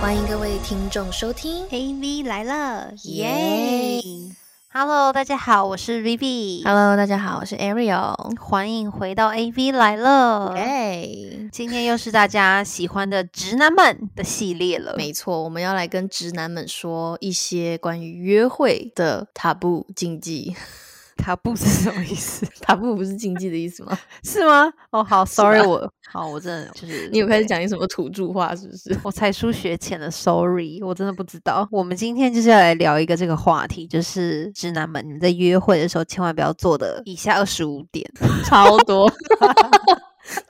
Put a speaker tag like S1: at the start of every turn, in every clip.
S1: 欢迎各位听众收听
S2: AV 来了，
S1: 耶
S2: 耶！Hello，大家好，我是 Vivi，
S1: Hello，大家好，我是 Ariel。
S2: 欢迎回到 AV 来了。
S1: 哎，
S2: 今天又是大家喜欢的直男们的系列了。
S1: 没错，我们要来跟直男们说一些关于约会的塔布禁 忌。
S2: 卡布是什么意思？
S1: 塔布不是禁忌的意思吗？
S2: 是吗？哦，好，Sorry，
S1: 吧
S2: 我好，我真的就
S1: 啊
S2: 是
S1: 你有开始
S2: 对
S1: 讲一什么土著话是不是？
S2: 我才疏学浅了，sorry，我真的不知道。我们今天就是要来聊一个这个话题，就是直男们你们在约会的时候千万不要做的以下二十五点。
S1: 超多，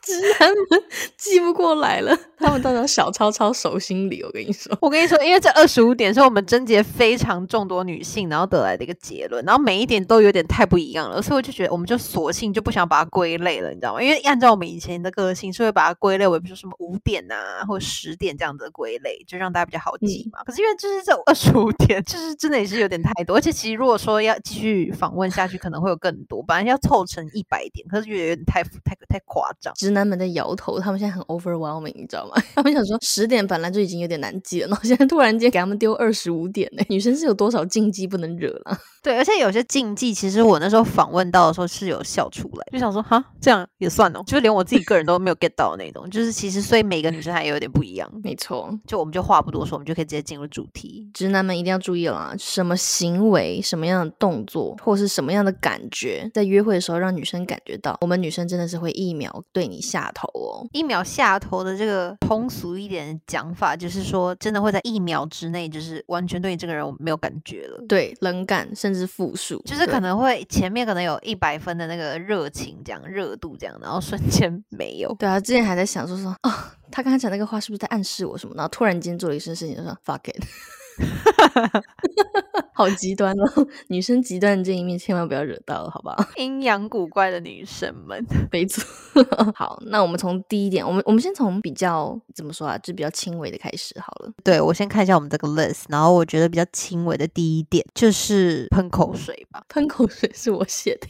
S1: 直男们记不过来了，他们到时候小抄抄手心里，我跟你说。
S2: 我跟你说，因为这二十五点是我们贞洁非常众多女性然后得来的一个结论，然后每一点都有点太不一样了，所以我就觉得我们就索性就不想把它归类了，你知道吗？因为按照我们以前的个性是会把它归类为比如说什么五点啊或十点这样子的归类，就让大家比较好记嘛。可是因为就是这二十五点，就是真的也是有点太多，而且其实如果说要继续访问下去，可能会有更多，本来要凑成一百点，可是觉得有点太太太夸张。
S1: 直男们在摇头，他们现在很 overwhelming，你知道吗？ 他们想说十点本来就已经有点难记了，然后现在突然间给他们丢二十五点呢、女生是有多少禁忌不能惹啦？
S2: 对，而且有些禁忌，其实我那时候访问到的时候是有笑出来，就想说哈，这样也算哦，就是连我自己个人都没有 get 到的那种，就是其实所以每个女生还有点不一样，
S1: 没错，
S2: 就我们就话不多说，我们就可以直接进入主题。
S1: 直男们一定要注意啦，什么行为、什么样的动作，或是什么样的感觉，在约会的时候让女生感觉到，我们女生真的是会一秒对你下头哦。
S2: 一秒下头的这个通俗一点的讲法，就是说真的会在一秒之内，就是完全对你这个人我没有感觉了。
S1: 对，冷感甚至负数，
S2: 就是
S1: 对
S2: 可能会前面可能有一百分的那个热情，这样热度这样，然后瞬间没有。
S1: 对啊，之前还在想说说哦，他刚才讲那个话是不是在暗示我什么？然后突然间做了一件事情，就说 fuck it，好极端哦！女生极端的这一面千万不要惹到，好不好？
S2: 阴阳古怪的女生们，
S1: 没错。 好，那我们从第一点，我们我们先从比较怎么说啊，就比较轻微的开始好了。
S2: 对，我先看一下我们这个 list，然后我觉得比较轻微的第一点就是喷口水吧。
S1: 喷口水是我写的。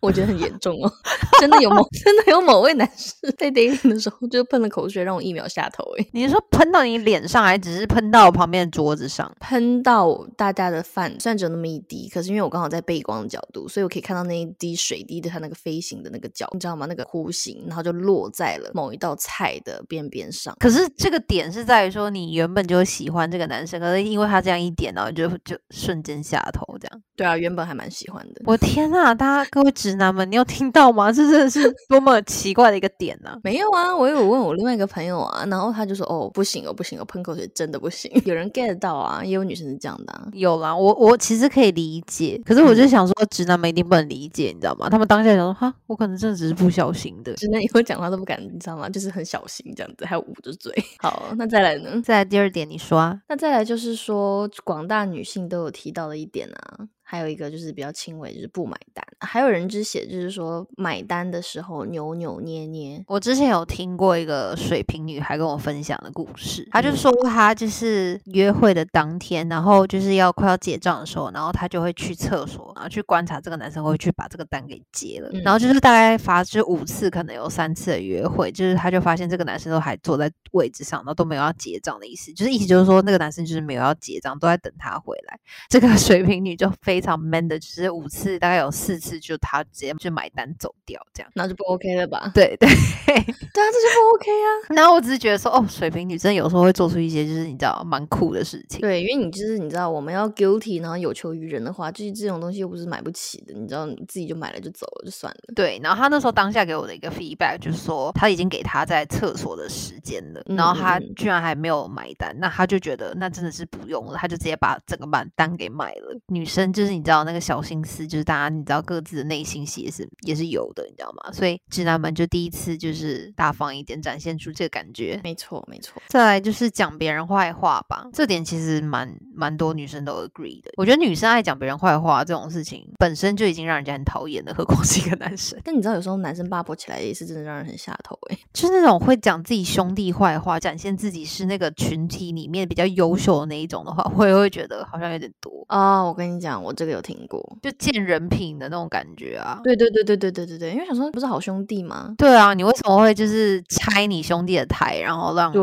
S1: 我觉得很严重哦， 真的有某真的有某位男士在 dating 的时候就喷了口水，让我一秒下头欸诶，
S2: 你是说喷到你脸上，还只是喷到旁边的桌子上？
S1: 喷到大家的饭，虽然只有那么一滴，可是因为我刚好在背光的角度，所以我可以看到那一滴水滴的它那个飞行的那个角，你知道吗？那个弧形，然后就落在了某一道菜的边边上。
S2: 可是这个点是在于说，你原本就喜欢这个男生，可是因为他这样一点，然后你就就瞬间下头这样。
S1: 对啊，原本还蛮喜欢的。
S2: 我天呐，大家各位直男们，你有听到吗？这真的是多么奇怪的一个点呢、
S1: 没有啊，我有问我另外一个朋友啊，然后他就说哦不行哦不行哦，喷口水真的不行。有人 get 到啊，也有女生是这样的、啊。
S2: 有啦，我我其实可以理解，可是我就想说，直男们一定不能理解，你知道吗？他们当下想说，哈，我可能真的只是不小心的。
S1: 直男以后讲话都不敢，你知道吗？就是很小心这样子，还有捂着嘴。好，那再来呢？
S2: 再来第二点，你说啊。
S1: 那再来就是说，广大女性都有提到的一点啊，还有一个就是比较轻微，就是不买单。啊还有人之写就是说，买单的时候扭扭捏捏，
S2: 我之前有听过一个水瓶女孩跟我分享的故事，她就说她就是约会的当天，然后就是要快要结账的时候，然后她就会去厕所，然后去观察这个男生会去把这个单给结了，
S1: 嗯
S2: 然后就是大概发就是五次，可能有三次的约会，就是她就发现这个男生都还坐在位置上，然后都没有要结账的意思，就是意思就是说那个男生就是没有要结账，都在等她回来。这个 水瓶女就非常 man 的，就是五次大概有四次就她直接就买单走掉这样。
S1: 那就不 OK 了吧？
S2: 对对，
S1: 对啊，这就不 OK 啊。
S2: 然后我只是觉得说，哦，水瓶女真的有时候会做出一些就是你知道蛮酷的事情。
S1: 对，因为你就是你知道，我们要 guilty，然后有求于人的话，就是这种东西又不是买不起的，你知道，你自己就买了就走了就算了。
S2: 对，然后他那时候当下给我的一个 feedback 就是说，他已经给他在厕所的时间了，
S1: 嗯
S2: 然后他
S1: 嗯嗯
S2: 居然还没有买单，那他就觉得那真的是不用了，他就直接把整个满单给买了。女生就是你知道那个小心思，就是大家你知道各自的内心戏也是也是有的，你知道吗？所以直男们就第一次就是大方一点，展现出这个感觉。
S1: 没错，没错。
S2: 再来就是讲别人坏话吧，这点其实蛮蛮多女生都 agree 的。我觉得女生爱讲别人坏话这种事情本身就已经让人家很讨厌了，何况是一个男生，
S1: 但你知道，有时候男生八婆起来也是真的让人很下头哎、
S2: 就是那种会讲自己兄弟坏话，展现自己是那个群体里面比较优秀的那一种的话，我也会觉得好像有点多，
S1: 哦，我跟你讲，我这个有听过。
S2: 就见人品的那种感觉啊。
S1: 对对对对对对对对，因为想说不是好兄弟吗？
S2: 对啊，你为什么会就是就是拆你兄弟的台，然后让
S1: 对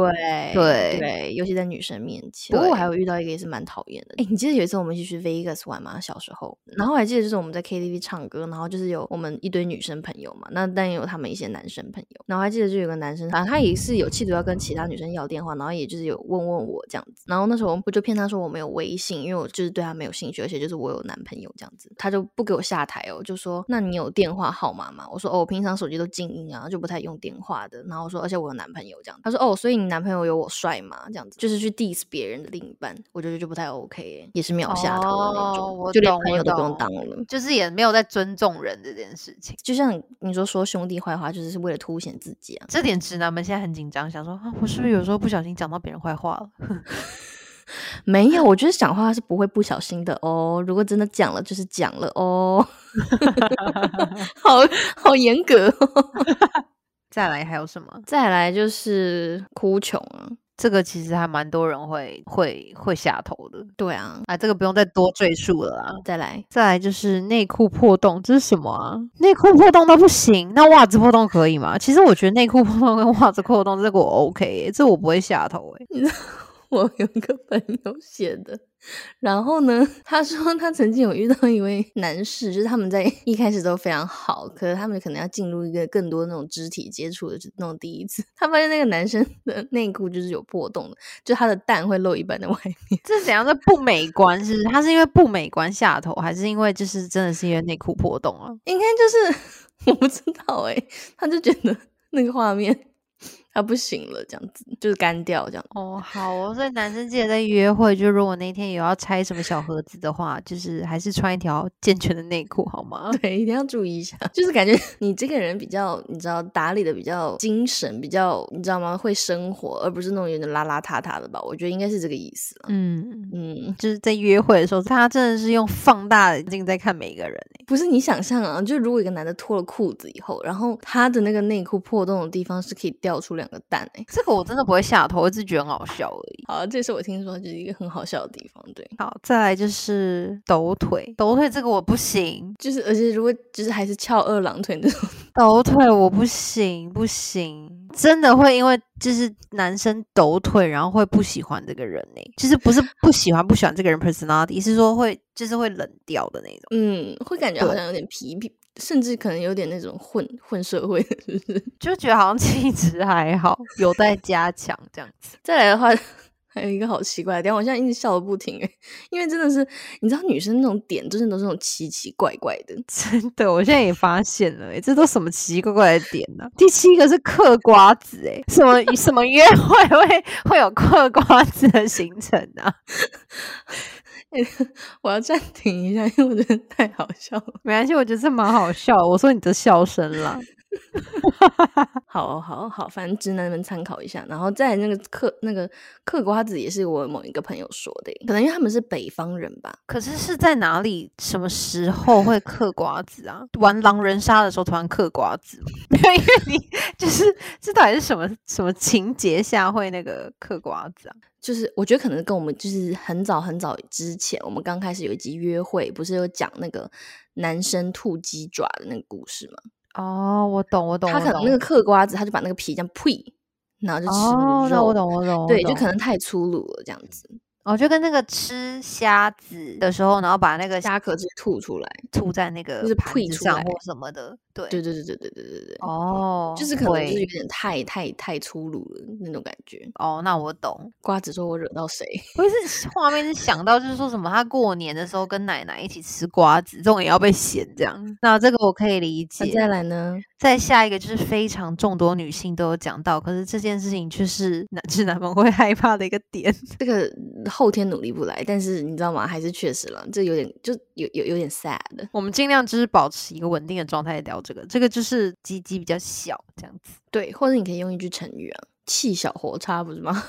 S2: 对
S1: 对，尤其在女生面前。不过
S2: 对
S1: 我还有遇到一个也是蛮讨厌的。哎，你记得有一次我们一起去 Vegas 玩吗？小时候，然后我还记得就是我们在 KTV 唱歌，然后就是有我们一堆女生朋友嘛，那但也有他们一些男生朋友。然后还记得就有个男生，反正他也是有企图要跟其他女生要电话，然后也就是有问问我这样子。然后那时候我就骗他说我没有微信，因为我就是对他没有兴趣，而且就是我有男朋友这样子，他就不给我下台哦，就说那你有电话号码吗？我说哦，我平常手机都静音啊，就不太用电话的。然后我说而且我有男朋友这样，他说哦，所以你男朋友有我帅吗？这样子就是去 diss 别人的另一半，我觉得就不太 OK，、欸、也是秒下头的那
S2: 哦
S1: 种，
S2: 我
S1: 就连
S2: 懂
S1: 朋
S2: 我
S1: 友都不用
S2: 懂
S1: 当了。
S2: 就是也没有在尊重人这件事情。
S1: 就像你说说兄弟坏话，就是为了凸显自己 啊。
S2: 这点直男们现在很紧张，想说啊，我是不是有时候不小心讲到别人坏话了？
S1: 没有，我觉得讲话是不会不小心的哦。如果真的讲了，就是讲了哦。 好好严格、哦。
S2: 再来还有什么？
S1: 再来就是哭穷啊，
S2: 这个其实还蛮多人会会会下头的
S1: 对啊，
S2: 啊，这个不用再多赘述了啦。
S1: 再来
S2: 再来就是内裤破洞，这是什么啊？内裤破洞都不行，那袜子破洞可以吗？其实我觉得内裤破洞跟袜子破洞这个我 OK，、耶，这我不会下头哎、
S1: 我有一个朋友写的。然后呢， 他说他曾经有遇到一位男士，就是他们在一开始都非常好，可是他们可能要进入一个更多那种肢体接触的那种第一次， 他发现那个男生的内裤就是有破洞的，就他的蛋会露一半在外面。
S2: 这是怎样？这不美观是不是？他是因为不美观下头，还是因为就是真的是因为内裤破洞啊？
S1: 应该就是 我不知道哎、他就觉得那个画面 他不行了，这样子就是干掉这样。
S2: 哦，好哦，所以男生记得在约会，就如果那天有要拆什么小盒子的话，就是还是穿一条健全的内裤好吗？
S1: 对，一定要注意一下，就是感觉你这个人比较，你知道打理的比较精神，比较你知道吗？会生活，而不是那种有点邋邋遢遢的吧？我觉得应该是这个意思啦。
S2: 嗯，
S1: 嗯，
S2: 就是在约会的时候，他真的是用放大的眼镜在看每一个人、欸。
S1: 不是你想象啊，就如果一个男的脱了裤子以后，然后他的那个内裤破洞的地方是可以掉出两个蛋哎、
S2: 这个我真的不会下头，我只是觉得很好笑而已。
S1: 好，啊这是我听说就是一个很好笑的地方，对，
S2: 好，再来就是抖腿，抖腿这个我不行，
S1: 就是而且如果就是还是翘二郎腿那种，
S2: 抖腿我不行，不行，真的会因为就是男生抖腿，然后会不喜欢这个人呢、就是不是不喜欢不喜欢这个人 personality，是说会就是会冷掉的那种。
S1: 嗯，会感觉好
S2: 对
S1: 像有点皮皮，甚至可能有点那种混混社会，是不是？
S2: 就觉得好像气质还好，有待加强这样子。
S1: 再来的话， 还有一个好奇怪的地方，我现在一直笑的不停哎，因为真的是，你知道女生那种点，真的都是那种奇奇怪怪的。
S2: 真的，我现在也发现了、欸，这都什么奇奇怪怪的点呢、第七个是嗑瓜子、欸，什么什么约会会会有嗑瓜子的行程啊？
S1: 我要暂停一下，因为我觉得太好笑了。
S2: 没关系，我觉得这蛮好笑的。我说你的笑声啦，
S1: 好哦好好，反正直男们参考一下。然后再来那个嗑那个嗑瓜子，也是我某一个朋友说的欸，可能因为他们是北方人吧。
S2: 可是是在哪里、什么时候会嗑瓜子啊？玩狼人杀的时候突然嗑瓜子吗， 没有，因为你就是这到底是什么什么情节下会那个嗑瓜子啊？
S1: 就是我觉得可能跟我们就是很早很早之前，我们刚开始有一集约会，不是有讲那个男生吐鸡爪的那个故事吗？
S2: 哦，我懂，我懂，
S1: 他
S2: 我
S1: 可能
S2: 懂
S1: 那个嗑瓜子，他就把那个皮这样呸，然后就吃
S2: 哦，那
S1: 肉
S2: 我懂，。我懂，我
S1: 对，就
S2: 懂
S1: 可能太粗鲁了，这样子
S2: 哦，就跟那个吃虾子的时候，然后把那个
S1: 虾壳直接吐出来。
S2: 吐在那个
S1: 是
S2: 盘
S1: 呸
S2: 子
S1: 出
S2: 上
S1: 来
S2: 或什么的，对，
S1: 对对对对对对对对，
S2: 哦，
S1: 就是可能就是有
S2: 会
S1: 点太太太粗鲁了那种感觉。
S2: 哦，那我懂。
S1: 瓜子说我惹到谁？
S2: 我也是画面是想到就是说什么，他过年的时候跟奶奶一起吃瓜子，这种也要被嫌 这样。那这个我可以理
S1: 那
S2: 解。
S1: 再来呢？
S2: 再下一个就是非常众多女性都有讲到，可是这件事情却是男直男们会害怕的一个点。
S1: 这个后天努力不来，但是你知道吗？还是确实了，这有点就有有有点 sad。
S2: 我们尽量就是保持一个稳定的状态聊这个，这个就是鸡鸡比较小这样子。
S1: 对，或者你可以用一句成语啊，“气小活差”不是吗？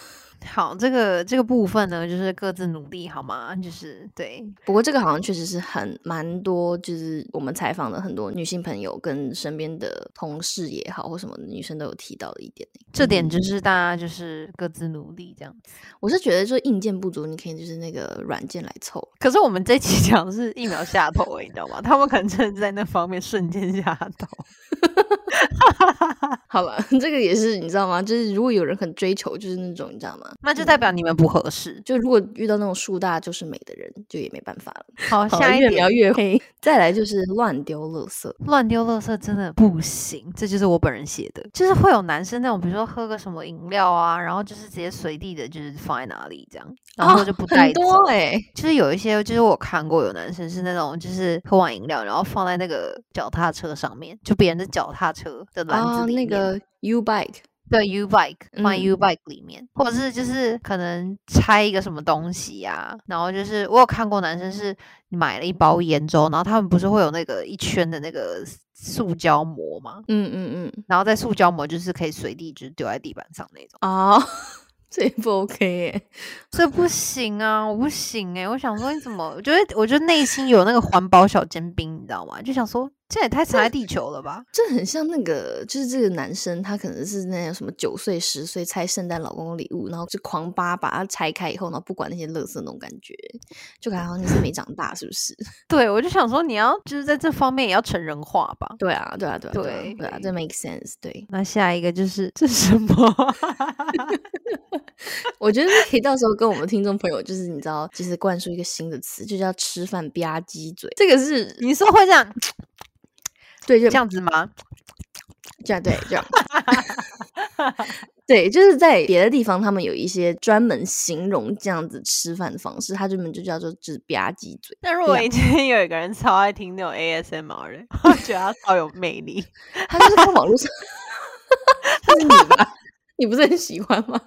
S2: 好，这个这个部分呢，就是各自努力好吗？就是对，
S1: 不过这个好像确实是很蛮多，就是我们采访的很多女性朋友跟身边的同事也好，或什么的女生都有提到的一点。
S2: 这点
S1: 嗯
S2: 就是大家就是各自努力这样子。
S1: 我是觉得就是硬件不足，你可以就是那个软件来凑。
S2: 可是我们这期讲的是疫苗下头、欸，你知道吗？他们可能真的在那方面瞬间下头。
S1: 啊好了， 这个也是你知道吗？就是如果有人很追求，就是那种你知道吗？
S2: 那就代
S1: 嗯
S2: 表你们不合适。
S1: 就如果遇到那种树大就是美的人，就也没办法了。
S2: 好，啊下一
S1: 越
S2: 点
S1: 描越黑。再来就是乱丢垃圾，
S2: 乱丢垃圾真的不行，这就是我本人写的，就是会有男生那种，比如说喝个什么饮料啊，然后就是直接随地的，就是放在哪里这样，然后就不带
S1: 哦很
S2: 走。
S1: 多哎、
S2: 就是有一些，就是我看过有男生是那种，就是喝完饮料，然后放在那个脚踏车上面，就别人的脚踏车的篮
S1: 啊，
S2: 子里
S1: 那
S2: 面。
S1: 个 U bike，
S2: 对 U bike 放在
S1: 嗯
S2: U bike 里面，或者是就是可能拆一个什么东西呀、然后就是我有看过男生是买了一包烟之后，然后他们不是会有那个一圈的那个塑胶膜吗？
S1: 嗯嗯嗯，
S2: 然后在塑胶膜就是可以随地就是丢在地板上那种，
S1: 哦， 这也不 OK 哎、
S2: 这不行啊，我不行诶、我想说你怎么，我觉得我觉得内心有那个环保小尖兵，你知道吗？就想说这也太残害地球了吧。
S1: 这很像那个，就是这个男生他可能是那种什么九岁十岁拆圣诞老公公礼物，然后就狂扒把它拆开以后，然后不管那些垃圾那种感觉，就感觉好像你是没长大是不是？
S2: 对，我就想说你要就是在这方面也要成人化吧。
S1: 对啊，对啊，对啊，对啊
S2: 对，
S1: 对啊，这 make sense。对，
S2: 那下一个就是这是什么？
S1: 我觉得可以到时候跟我们听众朋友，就是你知道，就是灌输一个新的词，就叫吃饭吧唧嘴。这个是
S2: 你说会这样
S1: 对，就
S2: 这样子吗？
S1: 这样对， 这样。对，就是在别的地方，他们有一些专门形容这样子吃饭的方式，他们就叫做就是吧唧嘴。
S2: 那如果
S1: 对啊
S2: 今天有一个人超爱听那种 ASMR 的，我觉得他超有魅力。
S1: 他就是在网络 上，是你吧？ 你不是很喜欢吗？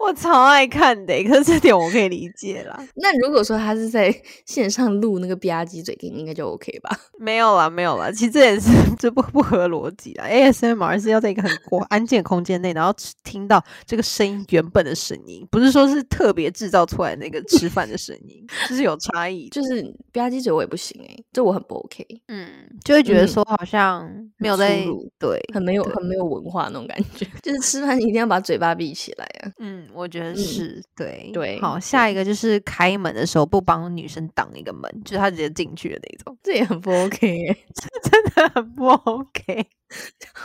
S2: 我超爱看的欸、可是这点我可以理解啦。
S1: 那如果说他是在线上录那个吧唧嘴给你，应该就 OK 吧？
S2: 没有啦，没有啦，其实这也是 这不不合逻辑啦。ASMR 是要在一个很过安静的空间内，然后吃听到这个声音原本的声音，不是说是特别制造出来那个吃饭的声音，就是有差异。
S1: 就是吧唧嘴我也不行哎、这我很不 OK，
S2: 嗯，就会觉得
S1: 嗯
S2: 说好像没有
S1: 很粗
S2: 在
S1: 鲁
S2: 对，
S1: 很没有
S2: 对
S1: 很没有文化那种感 觉。就是吃饭一定要把嘴巴闭起来啊！
S2: 嗯，我觉得
S1: 嗯
S2: 是对
S1: 对
S2: 好，下一个就是开门的时候不帮女生挡一个门，就是她直接进去的那种，
S1: 这也很不 OK，、欸、
S2: 真的很不 OK。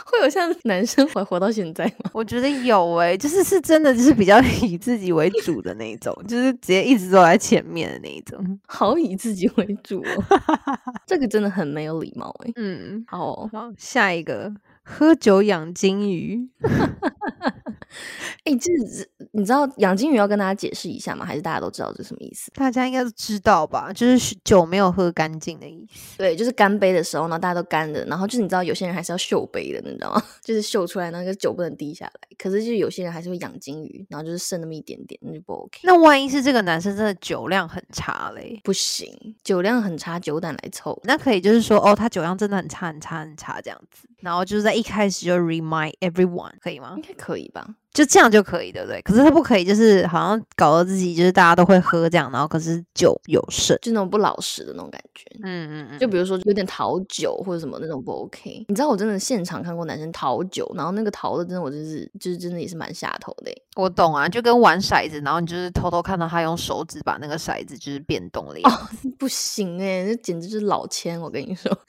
S1: 会有像男生还活到现在吗？
S2: 我觉得有诶、就是是真的，就是比较 以自己为主的那一种，就是直接一直走在前面的那一种。
S1: 好以自己为主 哦，这个真的很没有礼貌哎、
S2: 嗯，
S1: 好哦，
S2: 好，下一个喝酒养金鱼，
S1: 哎、这这你知道养金鱼要跟大家解释一下吗？还是大家都知道这什么意思？
S2: 大家应该都知道吧？就是酒没有喝干净的意思。
S1: 对，就是干杯的时候，呢，大家都干的，然后就是你知道有些人还是要秀杯的，你知道吗？ 就是秀出来那个酒不能滴下来，可是就有些人还是会养金鱼，然后就是剩那么一点点，那就不 OK。
S2: 那万一是这个男生真的酒量很差嘞？
S1: 不行，酒量很差，酒胆来凑。
S2: 那可以就是说，哦，他酒量真的很差，很差，很差这样子，然后就是在一开始就 remind everyone，可以吗
S1: 应？该可以吧？
S2: 就这样就可以，对不对？可是他不可以，就是好像搞得自己就是大家都会喝这样，然后可是酒有剩。
S1: 就那种不老实的那种感觉。
S2: 嗯嗯，
S1: 就
S2: 就
S1: 比如说有点讨酒或者什么那种不 OK。你知道我真的现场看过男生讨酒，然后那个讨的真的我真是就是真的也是蛮下头的欸。
S2: 我懂啊，就跟玩骰子，然后你就是偷偷看到他用手指把那个骰子就是变动
S1: 哦
S2: 了一样。
S1: 不行哎、那简直就是老千，我跟你说。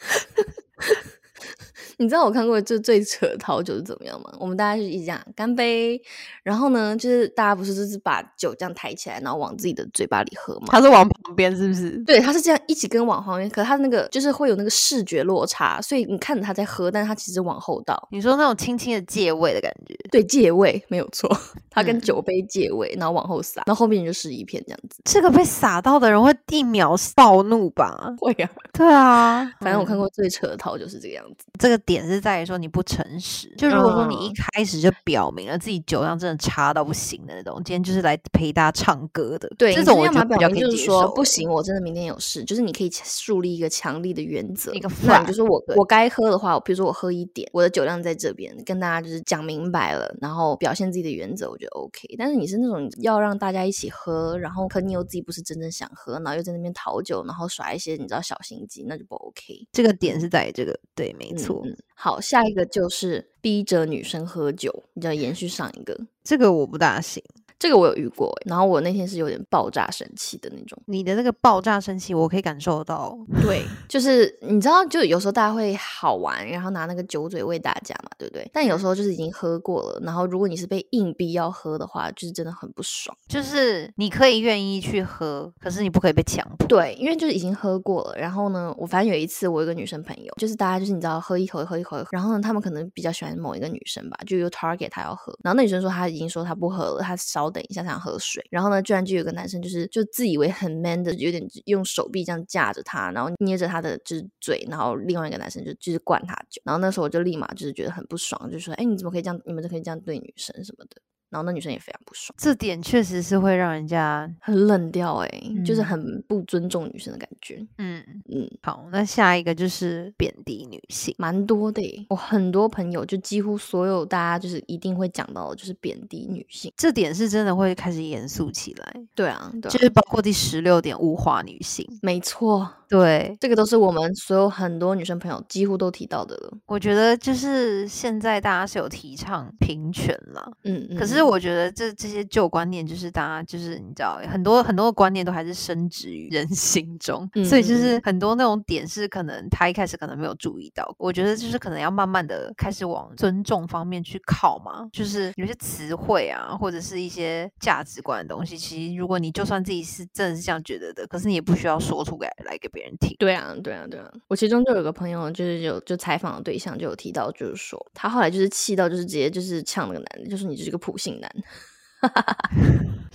S1: 你知道我看过就最扯的讨酒是怎么样吗？我们大家就一起讲干杯，然后呢，就是大家不是就是把酒这样抬起来，然后往自己的嘴巴里喝嘛。
S2: 他是往旁边是不是？
S1: 对，他是这样一起跟往旁边，可他那个就是会有那个视觉落差，所以你看着他在喝，但是他其实往后倒，
S2: 你说那种轻轻的借位的感觉，
S1: 对，借位没有错，他跟
S2: 嗯
S1: 酒杯借位，然后往后撒，然后后面人就是一片这样子。
S2: 这个被撒到的人会一秒暴怒吧？
S1: 会啊，
S2: 对啊，
S1: 反正我看
S2: 嗯
S1: 过最扯的套就是这个样子。
S2: 这个个点是在于说你不诚实。就如果说你一
S1: 嗯
S2: 开始就表明了自己酒量真的差到不行的那种，今天就是来陪大家唱歌的，
S1: 对，
S2: 这
S1: 你
S2: 种
S1: 真
S2: 我
S1: 的
S2: 就
S1: 要
S2: 比
S1: 把
S2: 较
S1: 表
S2: 可
S1: 明
S2: 以
S1: 就
S2: 接
S1: 是
S2: 受
S1: 说
S2: 了。
S1: 不行，我真的明天有事，就是你可以树立一个强力的原则。
S2: 一个
S1: 那你就
S2: flag
S1: 说我
S2: 对
S1: 我该喝的话，我比如说我喝一点，我的酒量在这边，跟大家就是讲明白了，然后表现自己的原则，我觉得 OK。但是你是那种要让大家一起喝，然后可你又自己不是真正想喝，然后又在那边讨酒，然后耍一些你知道小心机，那就不 OK。
S2: 这个点是在于这个，对，没
S1: 嗯
S2: 错。
S1: 嗯，好，下一个就是逼着女生喝酒，你知道延续上一个，
S2: 这个我不大行。
S1: 这个我有遇过欸、然后我那天是有点爆炸生气的那种。
S2: 你的那个爆炸生气，我可以感受到。
S1: 对，就是你知道，就有时候大家会好玩，然后拿那个酒嘴喂大家嘛，对不对？但有时候就是已经喝过了，然后如果你是被硬逼要喝的话，就是真的很不爽。
S2: 就是你可以愿意去喝，可是你不可以被强迫。
S1: 对，因为就是已经喝过了。然后呢，我反正有一次，我有一个女生朋友，就是大家就是你知道喝一口喝一口，然后呢，他们可能比较喜欢某一个女生吧，就有 target 她要喝，然后那女生说她已经说她不喝了，她稍等一下她想喝水。然后呢，居然就有个男生就是就自以为很 man 的，有点用手臂这样架着她，然后捏着她的就是嘴，然后另外一个男生就就是灌她酒。然后那时候我就立马就是觉得很不爽，就说哎你怎么可以这样，你们怎么可以这样对女生什么的。然后那女生也非常不爽，
S2: 这点确实是会让人家，
S1: 很冷掉哎、就是
S2: 嗯
S1: 很不尊重女生的感觉，
S2: 嗯，
S1: 嗯。
S2: 好。那下一个就是贬低女性，
S1: 蛮多的耶。我很多朋友就几乎所有大家就是一定会讲到的，就是贬低女性。
S2: 这点是真的会开始严肃起来，
S1: 对啊，对啊嗯
S2: 就是包括第十六点物化女性。
S1: 没错，
S2: 对，
S1: 这个都是我们所有很多女生朋友几乎都提到的了。
S2: 我觉得就是现在大家是有提倡平权啦，
S1: 嗯，嗯
S2: 可是
S1: 嗯
S2: 我觉得这这些旧观念，就是大家就是你知道，很多很多的观念都还是深植于人 心中，所以
S1: 嗯
S2: 就
S1: 嗯
S2: 是很多那种点是可能他一开始可能没有注意到，我觉得就是可能要慢慢的开始往尊重方面去靠嘛，就是有些词汇啊，或者是一些价值观的东西，其实如果你就算自己是真的是这样觉得的，可是你也不需要说出来来给别人听。
S1: 对啊，对啊，对啊。我其中就有个朋友，就是有就采访的对象就有提到，就是说他后来就是气到，就是直接就是呛那个男的，就说你就是个普信男。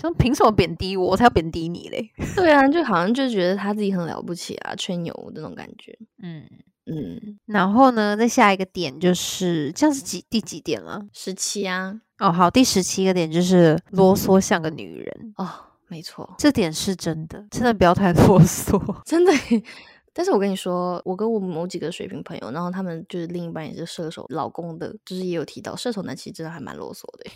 S2: 说凭什么贬低我，我才要贬低你嘞？
S1: 对啊，就好像就觉得他自己很了不起啊，吹牛的那种感觉。
S2: 嗯。
S1: 嗯，
S2: 然后呢，再下一个点就是，这样是几第几点了？
S1: 十七啊，
S2: 哦，好，第十七个点就是啰嗦像个女人，
S1: 哦，没错，
S2: 这点是真的，真的不要太啰嗦。
S1: 真的 耶。但是我跟你说，我跟我某几个水瓶朋友，然后他们就是另一半也是射手，老公的，就是也有提到，射手男其实真的还蛮啰嗦的 耶，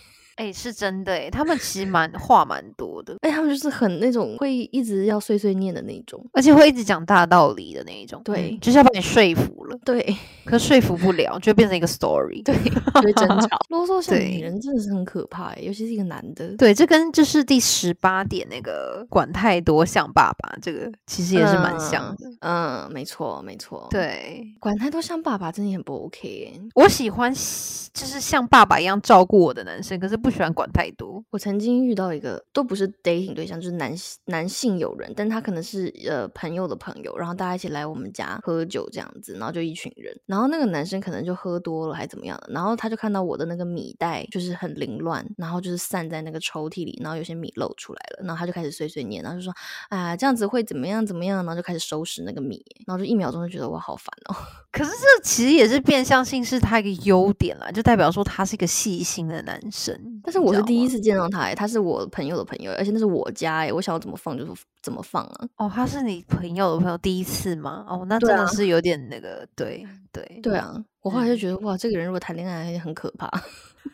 S2: 哎、是真的哎，他们其实蛮话蛮多的，
S1: 哎，他们就是很那种会一直要碎碎念的那种。
S2: 而且会一直讲大道理的那一种，嗯
S1: 对
S2: 就是要把你说服了，
S1: 对
S2: 可说服不了，就变成一 个 story。
S1: 对，就会 争吵，啰嗦像
S2: 对
S1: 女人真的是很可怕耶，欸尤其是一个男的。
S2: 对，这跟就是第十八点那个管太多像爸爸，这个其实也是蛮像的。
S1: 嗯，没错，没错。，
S2: 对
S1: 管太多像爸爸真的很不 OK 欸耶。
S2: 我喜欢就是像爸爸一样照顾我的男生，可是不喜欢管太多。
S1: 我曾经遇到一个都不是 dating 对象，就是男性男性友人，但他可能是呃朋友的朋友，然后大家一起来我们家喝酒这样子，然后就一群人，然后那个男生可能就喝多了还怎么样的，然后他就看到我的那个米袋就是很凌乱，然后就是散在那个抽屉里，然后有些米露出来了，然后他就开始碎碎念，然后就说啊这样子会怎么样怎么样，然后就开始收拾那个米，然后就一秒钟就觉得我好烦哦，
S2: 可是这其实也是变相性，是他一个优点啦，就代表说他是一个细心的男生。
S1: 但是我是第一
S2: 次
S1: 次见到他、欸，他是我朋友的朋友，而且那是我家哎、我想要怎么放就怎么放啊。
S2: 哦，他是你朋友的朋友第一次吗？哦，那
S1: 对
S2: 真的
S1: 啊
S2: 是有点那个，对对
S1: 对啊，我后来就觉得哇，这个人如果谈恋爱很可怕，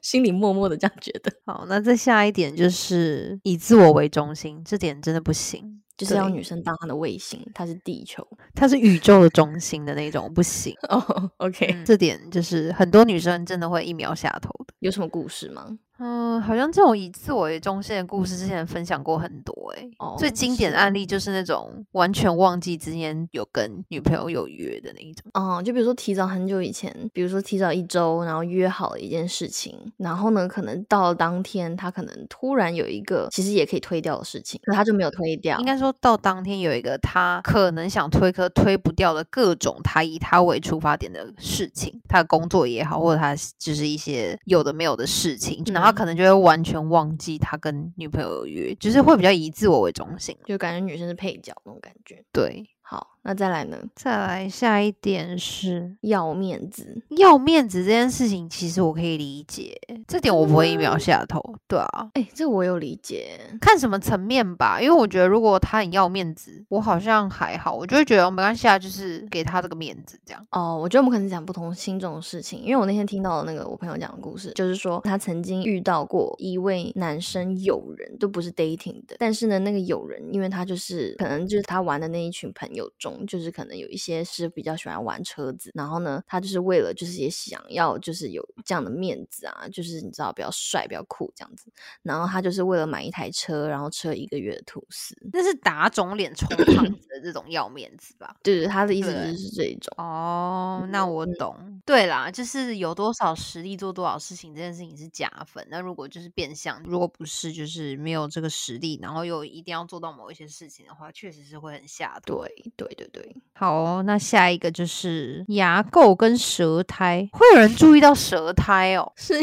S1: 心里默默的这样觉得，
S2: 好，那再下一点就是以自我为中心，这点真的不行，
S1: 就是要
S2: 对
S1: 女生当他的卫星，他是地球。
S2: 他是宇宙的中心的那种，不行。
S1: 哦、o k
S2: 嗯这点就是很多女生真的会一秒下头的。
S1: 有什么故事吗？
S2: 嗯，好像这种以自我为中心的故事，之前分享过很多诶、
S1: 哦
S2: 最经典的
S1: 是
S2: 案例就是那种完全忘记之前有跟女朋友有约的那一种。
S1: 哦、就比如说提早很久以前，比如说提早一周，然后约好了一件事情，然后呢，可能到了当天，他可能突然有一个其实也可以推掉的事情，可他就没有推掉
S2: 应。该说到当天有一个他可能想推可推不掉的各种他以他为出发点的事情，他的工作也好，或者他就是一些有的没有的事情，然后
S1: 嗯
S2: 他可能就会完全忘记他跟女朋友有约，就是会比较以自我为中心。
S1: 就感觉女生是配角那种感觉。
S2: 对，
S1: 好，那再来呢？
S2: 再来下一点是
S1: 要面子，
S2: 要面子这件事情，其实我可以理解，这点我不会一秒下头。对啊，
S1: 哎、这我有理解。
S2: 看什么层面吧，因为我觉得如果他很要面子，我好像还好，我就会觉得没关系啊，就是给他这个面子这样。
S1: 哦，我觉得我们可能讲不同心中的事情，因为我那天听到的那个我朋友讲的故事，就是说他曾经遇到过一位男生友人，都不是 dating 的，但是呢，那个友人，因为他就是可能就是他玩的那一群朋友中，就是可能有一些是比较喜欢玩车子，然后呢，他就是为了就是也想要就是有这样的面子啊，就是你知道比较帅、比较酷这样子，然后他就是为了买一台车，然后车一个月的吐司，
S2: 那是打肿脸充胖子的这种要面子吧？
S1: 对对，他的意思
S2: 对
S1: 就是这一种。
S2: 哦，那我懂。对啦，就是有多少实力做多少事情，这件事情是加分。那如果就是变相，如果不是就是没有这个实力，然后又一定要做到某一些事情的话，确实是会很下头。
S1: 对对对对，？
S2: 好哦，那下一个就是牙垢跟舌苔，会有人注意到舌苔哦
S1: 是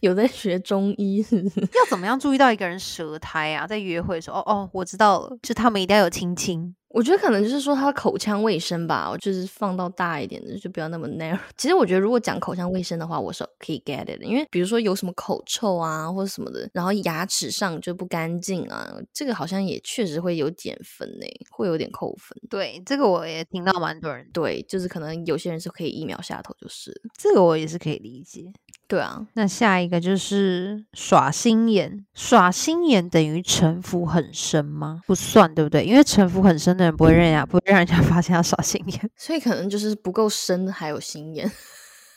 S1: 有在学中医 是不是？
S2: 要怎么样注意到一个人舌苔啊？在约会的时候，哦哦，我知道了，就他们一定要有亲亲。
S1: 我觉得可能就是说他口腔卫生吧，我就是放到大一点的，就不要那么 narrow。其实我觉得如果讲口腔卫生的话，我是可以 get it 的，因为比如说有什么口臭啊或者什么的，然后牙齿上就不干净啊，这个好像也确实会有点分呢、会有点扣分。
S2: 对，这个我也听到蛮多人，
S1: 对，就是可能有些人是可以一秒下头，就是了
S2: 这个我也是可以理解。
S1: 对啊，
S2: 那下一个就是耍心眼，耍心眼等于城府很深吗？不算，对不对？因为城府很深的人不会让人家不会让人家发现他耍心眼，
S1: 所以可能就是不够深，还有心眼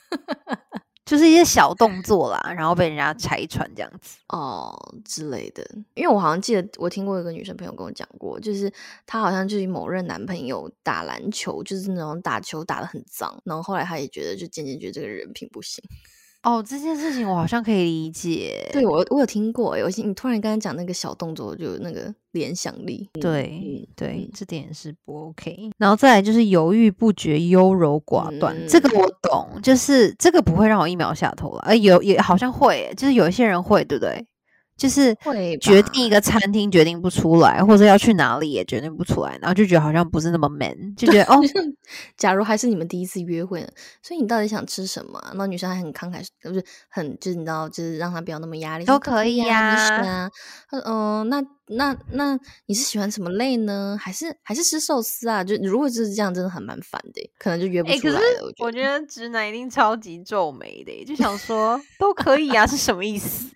S2: 就是一些小动作啦，然后被人家拆穿这样子。
S1: 哦之类的。因为我好像记得我听过一个女生朋友跟我讲过，就是她好像就是某任男朋友打篮球，就是那种打球打得很脏，然后后来她也觉得就渐渐觉得这个人品不行。
S2: 哦，这件事情我好像可以理解。
S1: 对我我有听过、欸，有些你突然刚才讲那个小动作，我就有那个联想力。嗯
S2: 对
S1: 嗯
S2: 对
S1: 嗯，
S2: 这点是不 OK。然后再来就是犹豫不决、优柔寡断，这
S1: 嗯
S2: 个我懂，就是这个不会让我一秒下头了。呃，有也好像会欸，就是有一些人会，对不对？就是
S1: 会
S2: 决
S1: 吧
S2: 定一个餐厅决定不出来，或者要去哪里也决定不出来，然后就觉得好像不是那么 man，就觉得哦
S1: 假如还是你们第一次约会呢，所以你到底想吃什么啊、那女生还很慷慨，呃不是很就是你知道，就是让她不要那么压力，
S2: 都
S1: 说
S2: 可
S1: 以
S2: 以
S1: 呀、你
S2: 呀
S1: 选啊。她说嗯、那那那你是喜欢什么类呢？还是还是吃寿司啊？就如果就是这样，真的很蛮烦的，可能就约不
S2: 哎、
S1: 出
S2: 可
S1: 来
S2: 是
S1: 了。
S2: 我
S1: 我
S2: 觉得直男一定超级皱眉的欸，就 想说都可以啊，是什么意思？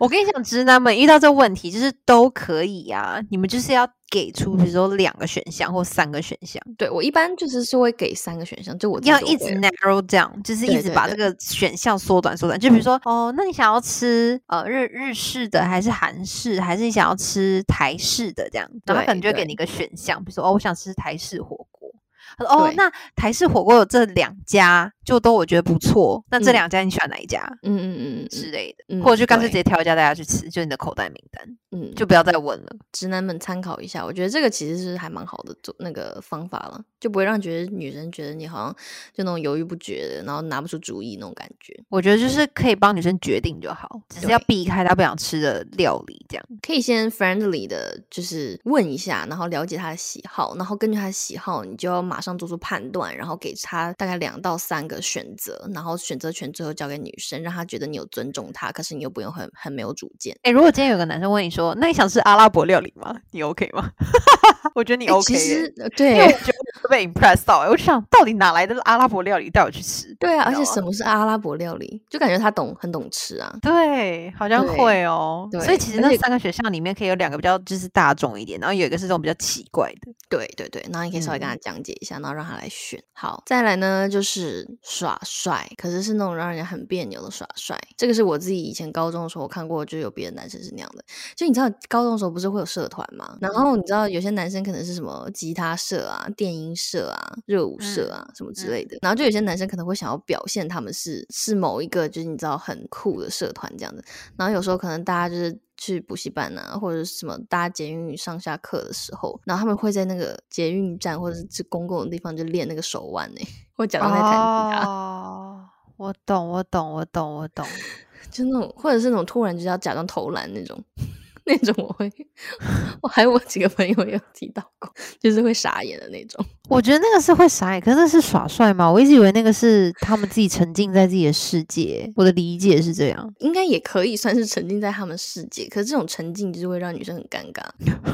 S2: 我跟你讲，直男们遇到这问题就是都可以啊，你们就是要给出比如说两个选项或三个选项，
S1: 对我一般就是是会给三个选项，就我自己
S2: 要
S1: 就
S2: 一
S1: 会
S2: 直
S1: 了
S2: narrow down，就是一
S1: 对
S2: 直
S1: 对
S2: 把
S1: 对嗯
S2: 这个选项缩短缩短。就比如说，哦，那你想要吃呃日日式的，还是韩式，还是你想要吃台式的这样？然后他可
S1: 对
S2: 能就会给
S1: 对
S2: 你一个选项，比如说，哦，我想吃台式火锅。他说：“哦
S1: 对，
S2: 那台式火锅有这两家，就都我觉得不错。那这
S1: 嗯
S2: 两家你选哪一家、
S1: 嗯嗯嗯
S2: 之类的，
S1: 嗯
S2: 或者就干脆
S1: 对
S2: 直接挑一家大家去吃，就你的口袋名单，
S1: 嗯嗯，就
S2: 就不要再问了。
S1: 直男们参考一下，我觉得这个其实是还蛮好的做那个方法了，就不会让觉得女生觉得你好像就那种犹豫不决的，然后拿不出主意那种感觉。
S2: 我觉得就是可以帮女生决定就好，只是要
S1: 对
S2: 避开她不想吃的料理这样。”
S1: 可以先 friendly 的，就是问一下，然后了解他的喜好，然后根据他的喜好，你就要马上做出判断，然后给他大概两到三个选择，然后选择权最后交给女生，让她觉得你有尊重她，可是你又不用很很没有主见。
S2: 哎、如果今天有个男生问你说，那你想吃阿拉伯料理吗？你 OK 吗？ 我觉得你
S1: 诶
S2: OK，
S1: 其
S2: 耶、
S1: 实呃
S2: 因为我
S1: 对
S2: 觉得我会被 impress 到、欸，我就想到底哪来的阿拉伯料理带我去吃？
S1: 对啊，而
S2: 你
S1: 且
S2: 知道
S1: 什么是阿拉伯料理，就感觉他懂很懂吃啊。
S2: 吗对，好像
S1: 对
S2: 会哦、所
S1: 对
S2: 以其实
S1: 而
S2: 那
S1: 且
S2: 三个选项里面可以有两个比较就是大众一点，然后有一个是这种比较奇怪的。
S1: 对对对，然后你可以稍微跟
S2: 嗯
S1: 他讲解一下，然后让他来选。好，再来呢就是耍帅，可是是那种让人家很别扭的耍帅。这个是我自己以前高中的时候我看过，就有别的男生是那样的。就你知道高中的时候不是会有社团嘛，
S2: 嗯
S1: 然后你知道有些男生可能是什么吉他社啊、电音社啊、热舞社
S2: 嗯
S1: 啊、什么之
S2: 嗯
S1: 类的，然后就有些男生可能会想要表现他们是是某一个就是你知道很酷的社团这样子，然后有时候可能大家就是去补习班啊，或者是什么搭捷运上下课的时候，然后他们会在那个捷运站或者是公共的地方就练那个手腕呢、或假装在弹吉他，
S2: 哦， 我 懂，我懂，我懂，我懂。
S1: 就那种或者是那种突然就是要假装投篮那种。 那种我会， 我还有我几个朋友也有提到过，就是会傻眼的那种。
S2: 我觉得那个是会傻眼，可是那是耍帅吗？我一直以为那个是他们自己沉浸在自己的世界，我的理解是这样。
S1: 应该也可以算是沉浸在他们世界，可是这种沉浸就是会让女生很尴尬。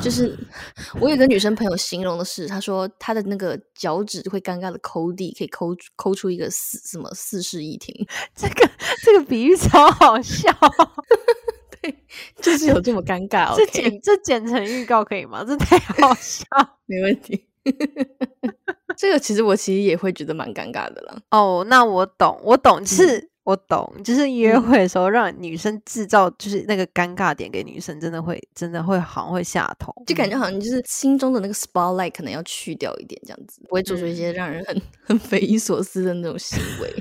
S1: 就是 我有一个女生朋友形容的是，她说她的那个脚趾会尴尬的抠地，可以抠出抠出一个四什么四室一厅，
S2: 这个这个比喻超好笑，
S1: 就是有这么尴尬。
S2: 这
S1: OK，
S2: 剪这剪成预告可以吗？这太 好笑
S1: 没问题。 这个其实我其实也会觉得蛮尴尬的啦。
S2: 哦。那我懂，我懂，是、我懂，就是约会的时候让女生制造就是那个尴尬点给女生，真的会真的会好像会下头，
S1: 就感
S2: 嗯
S1: 觉好像就是心中的那个 spotlight 可能要去掉一点，这样子不会做出一些让人很很匪夷所思的那种行为。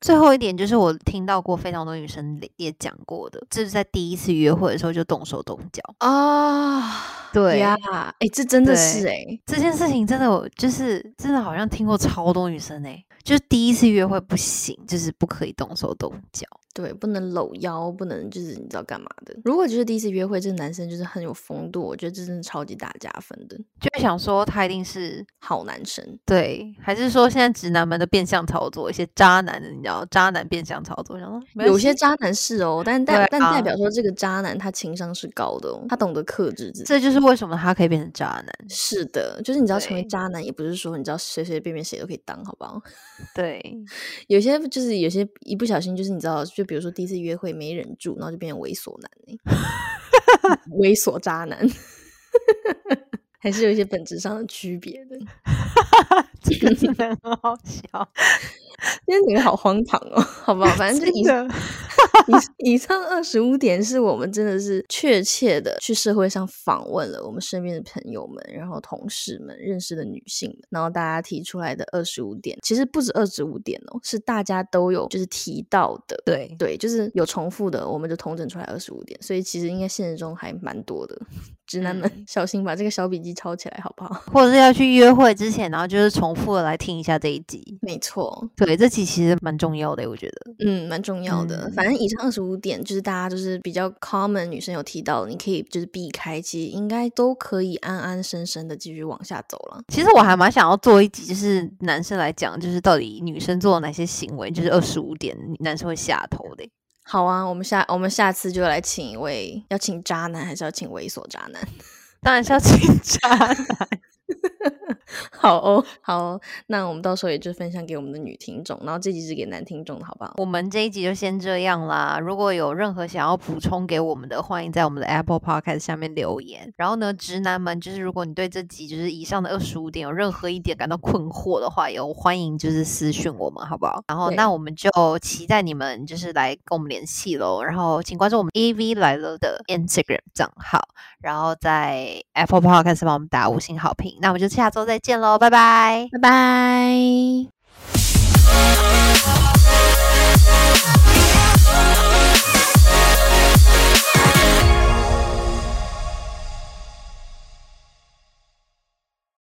S2: 最后一点就是我听到过非常多女生也也讲过的，这是在第一次约会的时候就动手动脚。
S1: 啊、
S2: 对
S1: 呀，哎、这真的是
S2: 对
S1: 哎、
S2: 这件事情真的我就是真的好像听过超多女生哎、就是第一次约会不行，就是不可以动手动脚。
S1: 对，不能搂腰，不能就是你知道干嘛的。如果就是第一次约会，这个男生就是很有风度，我觉得这真的超级大加分的
S2: 就会想说他一定是
S1: 好男生。
S2: 对，还是说现在直男们的变相操作，一些渣男的你知道，渣男变相操作，想说没
S1: 有
S2: 关
S1: 些
S2: 系
S1: 渣男是哦，但代、
S2: 对
S1: 但代
S2: 啊
S1: 表说这个渣男他情商是高的哦，他懂得克制自己。
S2: 这就是为什么他可以变成渣男。
S1: 是的，就是你知道成为
S2: 对
S1: 渣男，也不是说你知道随随便便谁都可以当，好不好？
S2: 对，
S1: 有些就是有些一不小心就是你知道，就比如说第一次约会没忍住，然后就变成猥琐男、欸、 猥琐渣男， 还是有一些本质上的区别的。
S2: 这个真的很好笑，
S1: 因为你们好荒唐哦， 好不好？反正就以
S2: 真的。
S1: 以以上二十五点是我们真的是确切的去社会上访问了我们身边的朋友们，然后同事们、认识的女性们，然后大家提出来的二十五点，其实不止二十五点哦，是大家都有就是提到的。
S2: 对，
S1: 对，就是有重复的，我们就统整出来二十五点，所以其实应该现实中还蛮多的。直男们、
S2: 嗯
S1: 小心把这个小笔记抄起来，好不好？
S2: 或者是要去约会之前，然后就是重复的来听一下这一集。
S1: 没错，
S2: 对，这集其实蛮重要的，我觉得。
S1: 嗯，蛮重要的。反正以上二十五点就是大家就是比较 common 女生有提到的，你可以就是避开，其实应该都可以安安生生的继续往下走了。
S2: 其实我还蛮想要做一集，就是男生来讲，就是到底女生做了哪些行为，就是二十五点男生会下头的。欸
S1: 好啊，我们下我们下次就来请一位，要请渣男还是要请猥琐渣男？
S2: 当然是要 请渣男。
S1: 好哦，好哦，那我们到时候也就分享给我们的女听众，然后这集是给男听众的，好不好？
S2: 我们这一集就先这样啦。如果有任何想要补充给我们的，欢迎在我们的 Apple Podcast 下面留言。然后呢，直男们，就是如果你对这集就是以上的二十五点有任何一点感到困惑的话，也欢迎就是私讯我们，好不好？然后
S1: 对
S2: 那我们就期待你们就是来跟我们联系喽。然后请关注我们 AV 来了的 Instagram 账号，然后在 Apple Podcast 上帮我们打五星好评。那我们就下周再见喽，拜拜。
S1: 拜拜。